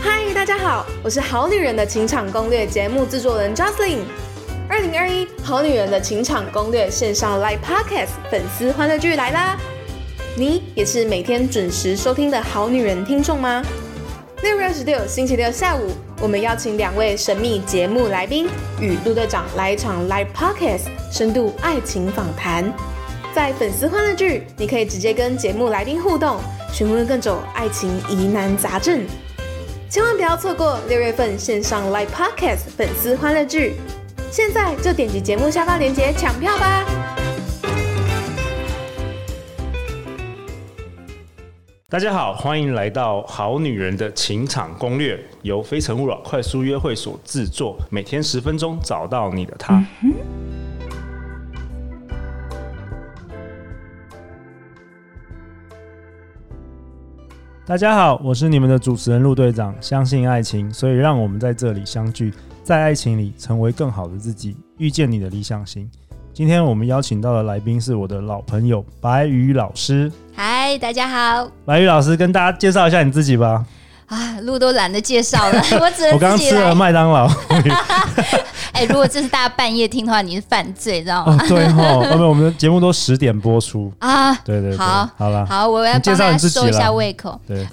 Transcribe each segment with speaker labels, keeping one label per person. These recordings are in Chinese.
Speaker 1: 嘿，大家好，我是《好女人的情场攻略》节目制作人 Jocelyn。二零二一《好女人的情场攻略》线上 Live Podcast 粉丝欢乐剧来啦！你也是每天准时收听的好女人听众吗？六月二十六星期六下午，我们邀请两位神秘节目来宾与陆队长来一场 Live Podcast 深度爱情访谈。在粉丝欢乐剧，你可以直接跟节目来宾互动，询问各种爱情疑难杂症。千万不要错过六月份线上 Live Podcast 粉丝欢乐剧，现在就点击节目下方链接抢票吧！
Speaker 2: 大家好，欢迎来到《好女人的情场攻略》，由非诚勿扰快速约会所制作，每天十分钟，找到你的他。
Speaker 3: 大家好，我是你们的主持人陆队长。相信爱情，所以让我们在这里相聚，在爱情里成为更好的自己，遇见你的理想型。今天我们邀请到的来宾是我的老朋友白宇老师。
Speaker 4: 嗨，大家好
Speaker 3: 白宇老师，跟大家介绍一下你自己吧。
Speaker 4: 啊！路都懒得介绍 了，我只能
Speaker 3: 我刚刚
Speaker 4: 呃自己
Speaker 3: 吃
Speaker 4: 来
Speaker 3: 了。麦当劳。
Speaker 4: 哎、如果这是大家半夜听的话，你是犯罪，知道 吗？
Speaker 3: 哦，对哦，我们我们的节目都十点播出。
Speaker 4: 啊，
Speaker 3: 对对对，
Speaker 4: 好
Speaker 3: 好啦，
Speaker 4: 好，哎我要
Speaker 3: 你介
Speaker 4: 帮
Speaker 3: 绍
Speaker 4: 大
Speaker 3: 你
Speaker 4: 家
Speaker 3: 自己
Speaker 4: 收一下
Speaker 3: 啦
Speaker 4: 胃口。
Speaker 3: 对，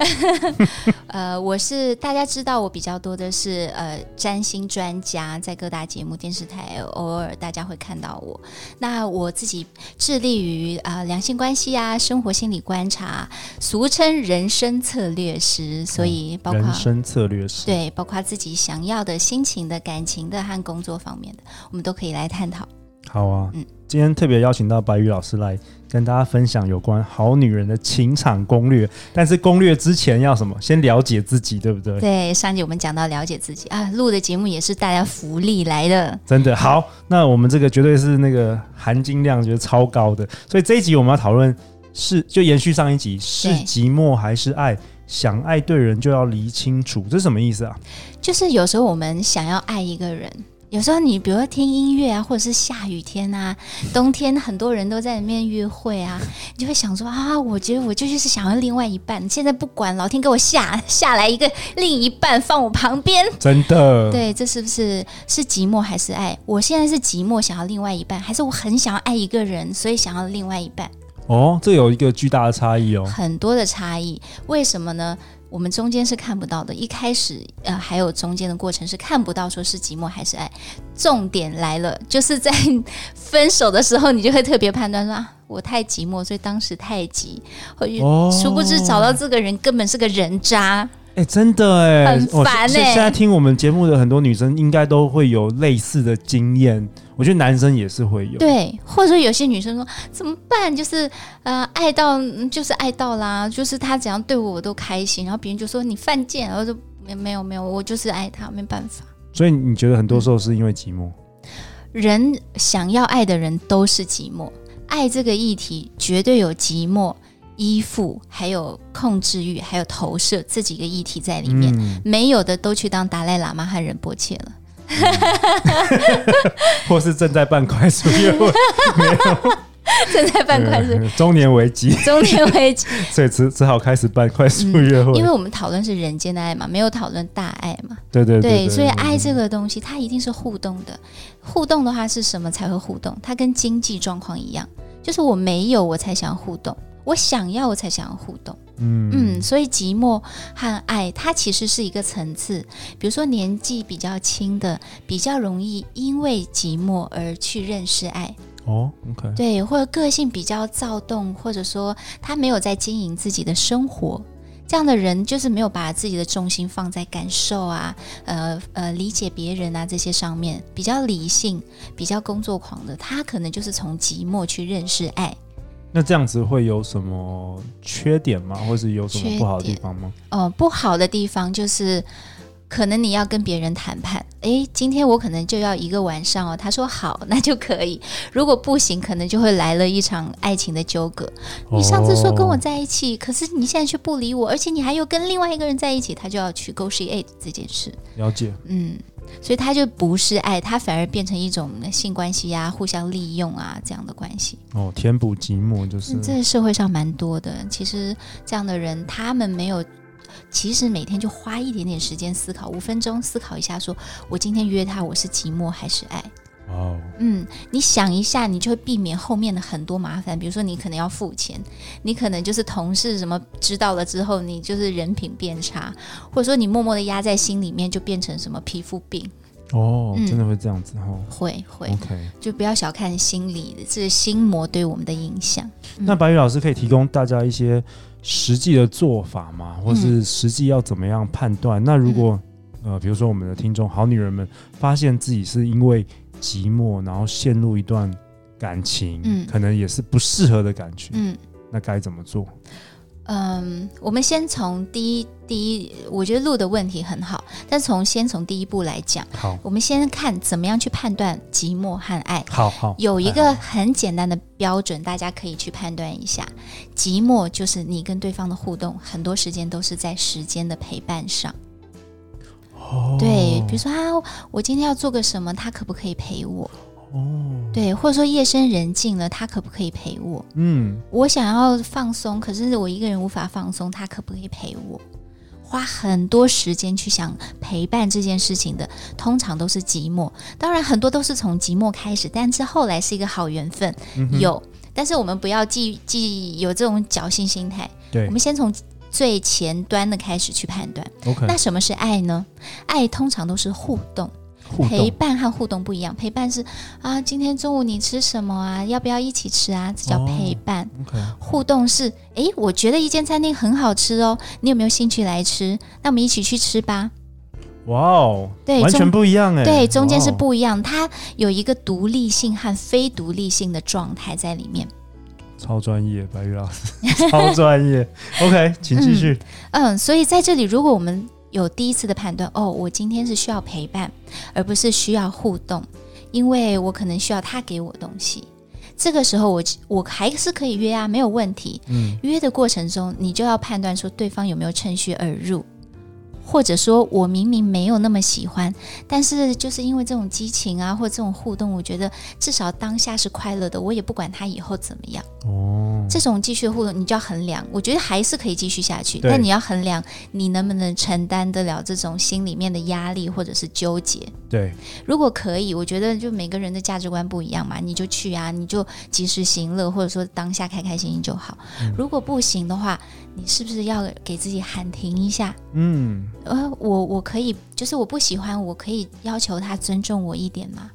Speaker 4: 呃，我是大家知道我比较多的是呃占星专家，在各大节目、电视台偶尔大家会看到我。那我自己致力于啊、呃、两性关系啊、生活心理观察，俗称人生策略师，所以包括、
Speaker 3: 人生策略师。
Speaker 4: 对，包括自己想要的、心情的、感情的和工作方面的，我们都可以来探讨。
Speaker 3: 好啊，
Speaker 4: 嗯
Speaker 3: 今天特别邀请到白宇老师来跟大家分享有关好女人的情场攻略。但是攻略之前要什么？先了解自己，对不对？
Speaker 4: 对，上集我们讲到了解自己啊，录的节目也是大家福利来的。
Speaker 3: 真的好，那我们这个绝对是那个含金量觉得超高的，所以这一集我们要讨论是就延续上一集是
Speaker 4: 对
Speaker 3: 寂寞还是爱？想爱对人就要理清楚，这是什么意思啊？
Speaker 4: 就是有时候我们想要爱一个人，有时候你比如说听音乐啊，或者是下雨天啊，冬天很多人都在里面约会啊，你就会想说啊，我觉得我就是想要另外一半，现在不管老天给我下下来一个另一半放我旁边，
Speaker 3: 真的，
Speaker 4: 对，这是不是是寂寞还是爱？我现在是寂寞，想要另外一半，还是我很想要爱一个人，所以想要另外一半？
Speaker 3: 哦，这有一个巨大的差异哦。
Speaker 4: 很多的差异，为什么呢？我们中间是看不到的，一开始呃，还有中间的过程是看不到，说是寂寞还是爱。重点来了，就是在分手的时候，你就会特别判断说啊，我太寂寞，所以当时太急，或许
Speaker 3: 哦
Speaker 4: 殊不知找到这个人根本是个人渣。
Speaker 3: 哎、真的哎、
Speaker 4: 很
Speaker 3: 哦
Speaker 4: 烦
Speaker 3: 现
Speaker 4: 欸
Speaker 3: 现在听我们节目的很多女生应该都会有类似的经验，我觉得男生也是会有。
Speaker 4: 对，或者说有些女生说怎么办？就是呃，爱到嗯就是爱到啦，就是呃他怎样对我我都开心，然后别人就说你犯贱，然后就嗯没没有没有，我就是爱他，没办法。
Speaker 3: 所以你觉得很多时候是因为寂
Speaker 4: 嗯
Speaker 3: 寞？
Speaker 4: 人想要爱的人都是寂寞，爱这个议题绝对有寂寞、依附，还有控制欲，还有投射这几个议题在里面。
Speaker 3: 嗯，
Speaker 4: 没有的都去当达赖喇嘛和仁波切 了。
Speaker 3: 或是正在办快速约 会，
Speaker 4: 正在办快速
Speaker 3: 呃 中年危机，
Speaker 4: 中年危机，
Speaker 3: 所以只只好开始办快速约会。
Speaker 4: 嗯因为我们讨论是人间的爱嘛，没有讨论大爱嘛。
Speaker 3: 对对
Speaker 4: 对，所以啊爱
Speaker 3: 个
Speaker 4: 这个东西，它一定是互动的。互动的话是什么才会互动？它跟经济状况一样，就是我没有我才想要互动，我想要我才想要互动。
Speaker 3: 嗯
Speaker 4: 嗯，所以寂寞和爱，它其实是一个层次。比如说年纪比较轻的，比较容易因为寂寞而去认识爱，
Speaker 3: 哦，OK，
Speaker 4: 对，或者个性比较躁动，或者说他没有在经营自己的生活，这样的人就是没有把自己的重心放在感受啊、呃呃理解别人啊这些上面，比较理性、比较工作狂的，他可能就是从寂寞去认识爱。
Speaker 3: 那这样子会有什么缺点吗？或是有什么不好的地方吗？
Speaker 4: 哦，不好的地方就是，可能你要跟别人谈判，诶，今天我可能就要一个晚上哦。他说好，那就可以。如果不行，可能就会来了一场爱情的纠葛。你上次说跟我
Speaker 3: 哦
Speaker 4: 在一起，可是你现在却不理我，而且你还有跟另外一个人在一起，他就要去 negotiate 这件事。
Speaker 3: 了解，
Speaker 4: 嗯，所以他就不是爱，他反而变成一种性关系呀、互相利用啊这样的关系。
Speaker 3: 哦，填补寂寞就是
Speaker 4: 嗯，这社会上蛮多的。其实这样的人，他们没有其实每天就花一点点时间思考，五分钟思考一下说，我今天约他，我是寂寞还是爱？
Speaker 3: 哦，
Speaker 4: 嗯，你想一下，你就会避免后面的很多麻烦。比如说，你可能要付钱，你可能就是同事什么知道了之后，你就是人品变差，或者说你默默的压在心里面，就变成什么皮肤病。
Speaker 3: 哦，
Speaker 4: 嗯
Speaker 3: 真的会这样子哦。
Speaker 4: 会会，
Speaker 3: OK，
Speaker 4: 就不要小看心理的这个心魔对我们的影响。嗯
Speaker 3: 那白宇老师可以提供大家一些实际的做法吗？
Speaker 4: 嗯
Speaker 3: 或是实际要怎么样判断？那如果
Speaker 4: 嗯
Speaker 3: 呃，比如说我们的听众好女人们发现自己是因为寂寞，然后陷入一段感情，
Speaker 4: 嗯
Speaker 3: 可能也是不适合的感情，
Speaker 4: 嗯
Speaker 3: 那该怎么做？
Speaker 4: 嗯，我们先从第一第一，我觉得路的问题很好，但从先从第一步来讲，
Speaker 3: 好，
Speaker 4: 我们先看怎么样去判断寂寞和爱。
Speaker 3: 好，好，
Speaker 4: 有一
Speaker 3: 太
Speaker 4: 个
Speaker 3: 好了
Speaker 4: 很简单的标准，大家可以去判断一下。寂寞就是你跟对方的互动，很多时间都是在时间的陪伴上。
Speaker 3: 哦
Speaker 4: 对，比如说啊，我今天要做个什么，他可不可以陪我？
Speaker 3: 哦，
Speaker 4: 对，或者说夜深人静了，他可不可以陪我？
Speaker 3: 嗯，
Speaker 4: 我想要放松，可是我一个人无法放松，他可不可以陪我？花很多时间去想陪伴这件事情的，通常都是寂寞。当然，很多都是从寂寞开始，但是后来是一个好缘分，
Speaker 3: 嗯哼
Speaker 4: 有。但是我们不要既既有这种侥幸心态，
Speaker 3: 对
Speaker 4: 我们先从最前端的开始去判断。
Speaker 3: ，OK，
Speaker 4: 那什么是爱呢？爱通常都是互动。
Speaker 3: 互
Speaker 4: 陪
Speaker 3: 动
Speaker 4: 伴和互动不一样，陪伴是啊，今天中午你吃什么啊？要不要一起吃啊？这叫
Speaker 3: 哦
Speaker 4: 陪伴。
Speaker 3: ，OK，
Speaker 4: 互动是，诶，我觉得一间餐厅很好吃哦，你有没有兴趣来吃？那我们一起去吃吧。
Speaker 3: 哇哦，
Speaker 4: 对
Speaker 3: 完全
Speaker 4: 中
Speaker 3: 不一样哎，
Speaker 4: 对，中间是
Speaker 3: 哇哦
Speaker 4: 不一样，它有一个独立性和非独立性的状态在里面。
Speaker 3: 超专业，白宇老师超专业，OK，请继续，
Speaker 4: 嗯，所以在这里，如果我们有第一次的判断，哦，我今天是需要陪伴，而不是需要互动，因为我可能需要他给我东西。这个时候我我还是可以约啊，没有问题。
Speaker 3: 嗯，
Speaker 4: 约的过程中，你就要判断说对方有没有趁虚而入，或者说我明明没有那么喜欢，但是就是因为这种激情啊，或这种互动，我觉得至少当下是快乐的，我也不管他以后怎么样。
Speaker 3: 哦，
Speaker 4: 这种继续互动，你就要衡量，我觉得还是可以继续下去，
Speaker 3: 对
Speaker 4: 但你要衡量你能不能承担得了这种心里面的压力或者是纠结。
Speaker 3: 对，
Speaker 4: 如果可以，我觉得就每个人的价值观不一样嘛，你就去啊，你就及时行乐，或者说当下开开心心就好。如果不行的话，你是不是要给自己喊停一下？
Speaker 3: 嗯，
Speaker 4: 呃，我我可以，就是我不喜欢，我可以要求他尊重我一点嘛，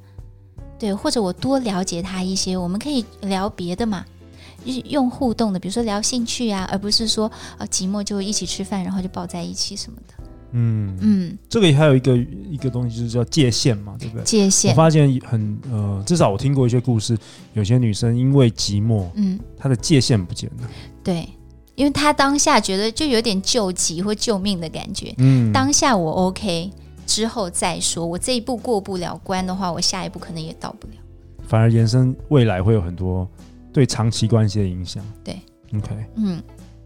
Speaker 4: 对，或者我多了解他一些，我们可以聊别的嘛，就是用互动的，比如说聊兴趣啊，而不是说呃寂寞就一起吃饭，然后就抱在一起什么的，
Speaker 3: 嗯，
Speaker 4: 嗯，
Speaker 3: 这个还有一个一个东西就是叫界限嘛，对不对？
Speaker 4: 界
Speaker 3: 我
Speaker 4: 限，
Speaker 3: 发现很呃，至少我听过一些故事，有些女生因为寂寞，
Speaker 4: 嗯，
Speaker 3: 她的界限不见了。
Speaker 4: 对，因为他当下觉得就有点救急或救命的感觉，
Speaker 3: 嗯，
Speaker 4: 当下我 OK。之后再说，我这一步过不了关的话，我下一步可能也到不了。
Speaker 3: 反而延伸未来会有很多对长期关系的影响。
Speaker 4: 对
Speaker 3: ，OK，
Speaker 4: 嗯，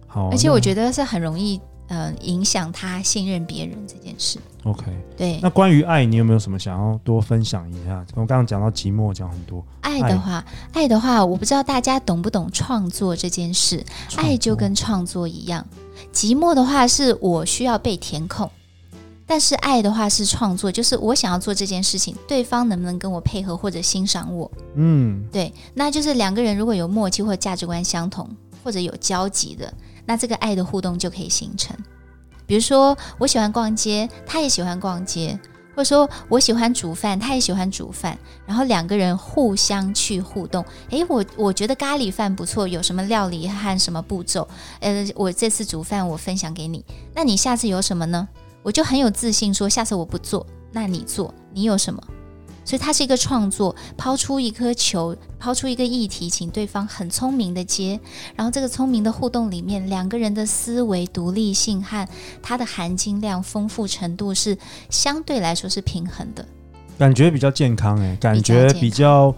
Speaker 3: 好。
Speaker 4: 而且我觉
Speaker 3: 得
Speaker 4: 得是很容易呃影响他信任别人这件事。
Speaker 3: OK。
Speaker 4: 对，
Speaker 3: 那关于爱，你有没有什么想要多分享一下？我刚刚讲到寂寞，讲很多，
Speaker 4: 爱的话，爱的话，我不知道大家懂不懂创作这件事。爱就跟创作一样，寂寞的话是我需要被填空，但是爱的话是创作，就是我想要做这件事情，对方能不能跟我配合或者欣赏我？
Speaker 3: 嗯
Speaker 4: 对，那就是两个人如果有默契或价值观相同，或者有交集的，那这个爱的互动就可以形成。比如说，我喜欢逛街，他也喜欢逛街，或者说我喜欢煮饭，他也喜欢煮饭，然后两个人互相去互动。诶，我我觉得咖喱饭不错，有什么料理和什么步骤？呃，我这次煮饭我分享给你，那你下次有什么呢？我就很有自信说，下次我不做，那你做，你有什么？所以它是一个创作，抛出一颗球，抛出一个议题，请对方很聪明的接。然后这个聪明的互动里面，两个人的思维独立性和它的含金量、丰富程度是相对来说是平衡的。
Speaker 3: 感觉比较健康哎、感
Speaker 4: 比较
Speaker 3: 觉
Speaker 4: 健
Speaker 3: 比较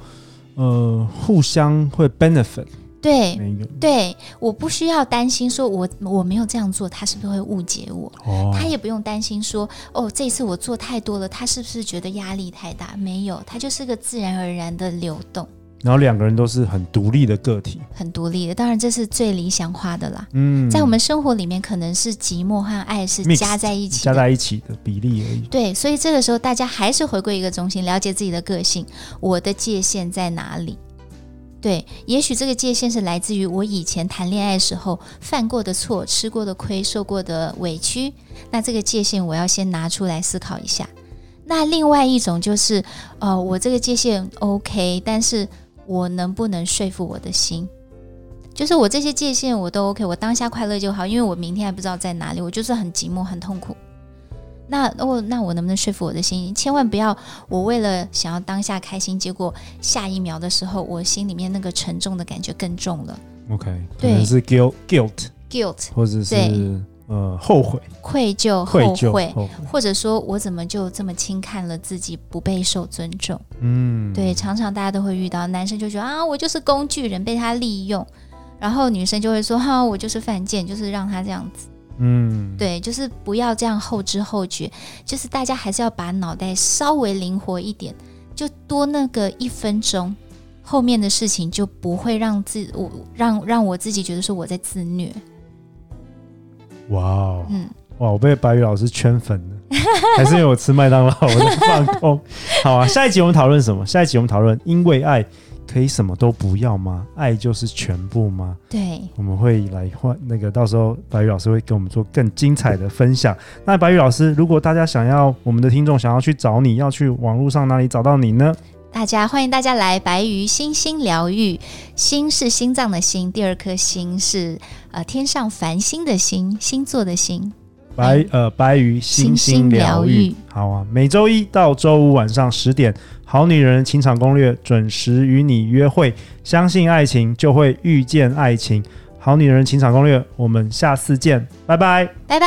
Speaker 3: 呃互相会 benefit
Speaker 4: 对，
Speaker 3: 每一个
Speaker 4: 对，我不需要担心说我我没有这样做，他是不是会误解我？
Speaker 3: 哦
Speaker 4: 他也不用担心说，哦，这次我做太多了，他是不是觉得压力太大？没有，他就是个自然而然的流动。
Speaker 3: 然后两个人都是很独立的个体。
Speaker 4: 很独立的。当然，这是最理想化的啦。
Speaker 3: 嗯，
Speaker 4: 在我们生活里面，可能是寂寞和爱是
Speaker 3: Mix，
Speaker 4: 加在一起
Speaker 3: 加
Speaker 4: 的。
Speaker 3: 在一起的比例而已。
Speaker 4: 对，所以这个时候大家还是回归一个中心，了解自己的个性，我的界限在哪里？对，也许这个界限是来自于我以前谈恋爱时候犯过的错、吃过的亏、受过的委屈，那这个界限我要先拿出来思考一下。那另外一种就是，呃，我这个界限 OK，但是我能不能说服我的心？就是我这些界限我都 OK，我当下快乐就好，因为我明天还不知道在哪里，我就是很寂寞、很痛苦。那我那我能不能说服我的心？千万不要我为了想要当下开心，结果下一秒的时候，我心里面那个沉重的感觉更重了
Speaker 3: OK，可
Speaker 4: 对
Speaker 3: 能是 guilt guilt
Speaker 4: ，guilt
Speaker 3: 或者是
Speaker 4: 对
Speaker 3: 呃后悔、
Speaker 4: 愧疚、
Speaker 3: 愧
Speaker 4: 后
Speaker 3: 疚、
Speaker 4: 悔，
Speaker 3: 后悔。
Speaker 4: 或者说我怎么就这么轻看了自己，不备受尊重？
Speaker 3: 嗯，
Speaker 4: 对，常常大家都会遇到，男生就觉得啊，我就是工具人，被他利用。然后女生就会说：“哈、我就是犯贱，就是让他这样子。
Speaker 3: 嗯，”
Speaker 4: 对，就是不要这样后知后觉，就是大家还是要把脑袋稍微灵活一点，就多那个一分钟，后面的事情就不会让自我让让我自己觉得说我在自虐。
Speaker 3: 哇哦，
Speaker 4: 嗯，
Speaker 3: 哇，我被白宇老师圈粉了， 还是因为我吃麦当劳，我在放 空。好啊，下一集我们讨论什么？下一集我们讨论，因为爱可以什么都不要吗？爱就是全部吗？
Speaker 4: 对，
Speaker 3: 我们会来换那个，到时候白宇老师会跟我们做更精彩的分享。那白宇老师，如果大家想要我们的听众想要去找你，要去网络上哪里找到你呢？
Speaker 4: 大家欢迎大家来白鱼星星疗愈，星是心脏的心，第二颗星是呃天上繁星的星，星座的星。
Speaker 3: 白呃白鱼星星疗
Speaker 4: 星星疗
Speaker 3: 愈
Speaker 4: 愈，
Speaker 3: 好啊！每周一到周五晚上十点，《好女人情场攻略》准时与你约会。相信爱情，就会遇见爱情。《好女人情场攻略》，我们下次见，拜拜。
Speaker 4: 拜拜。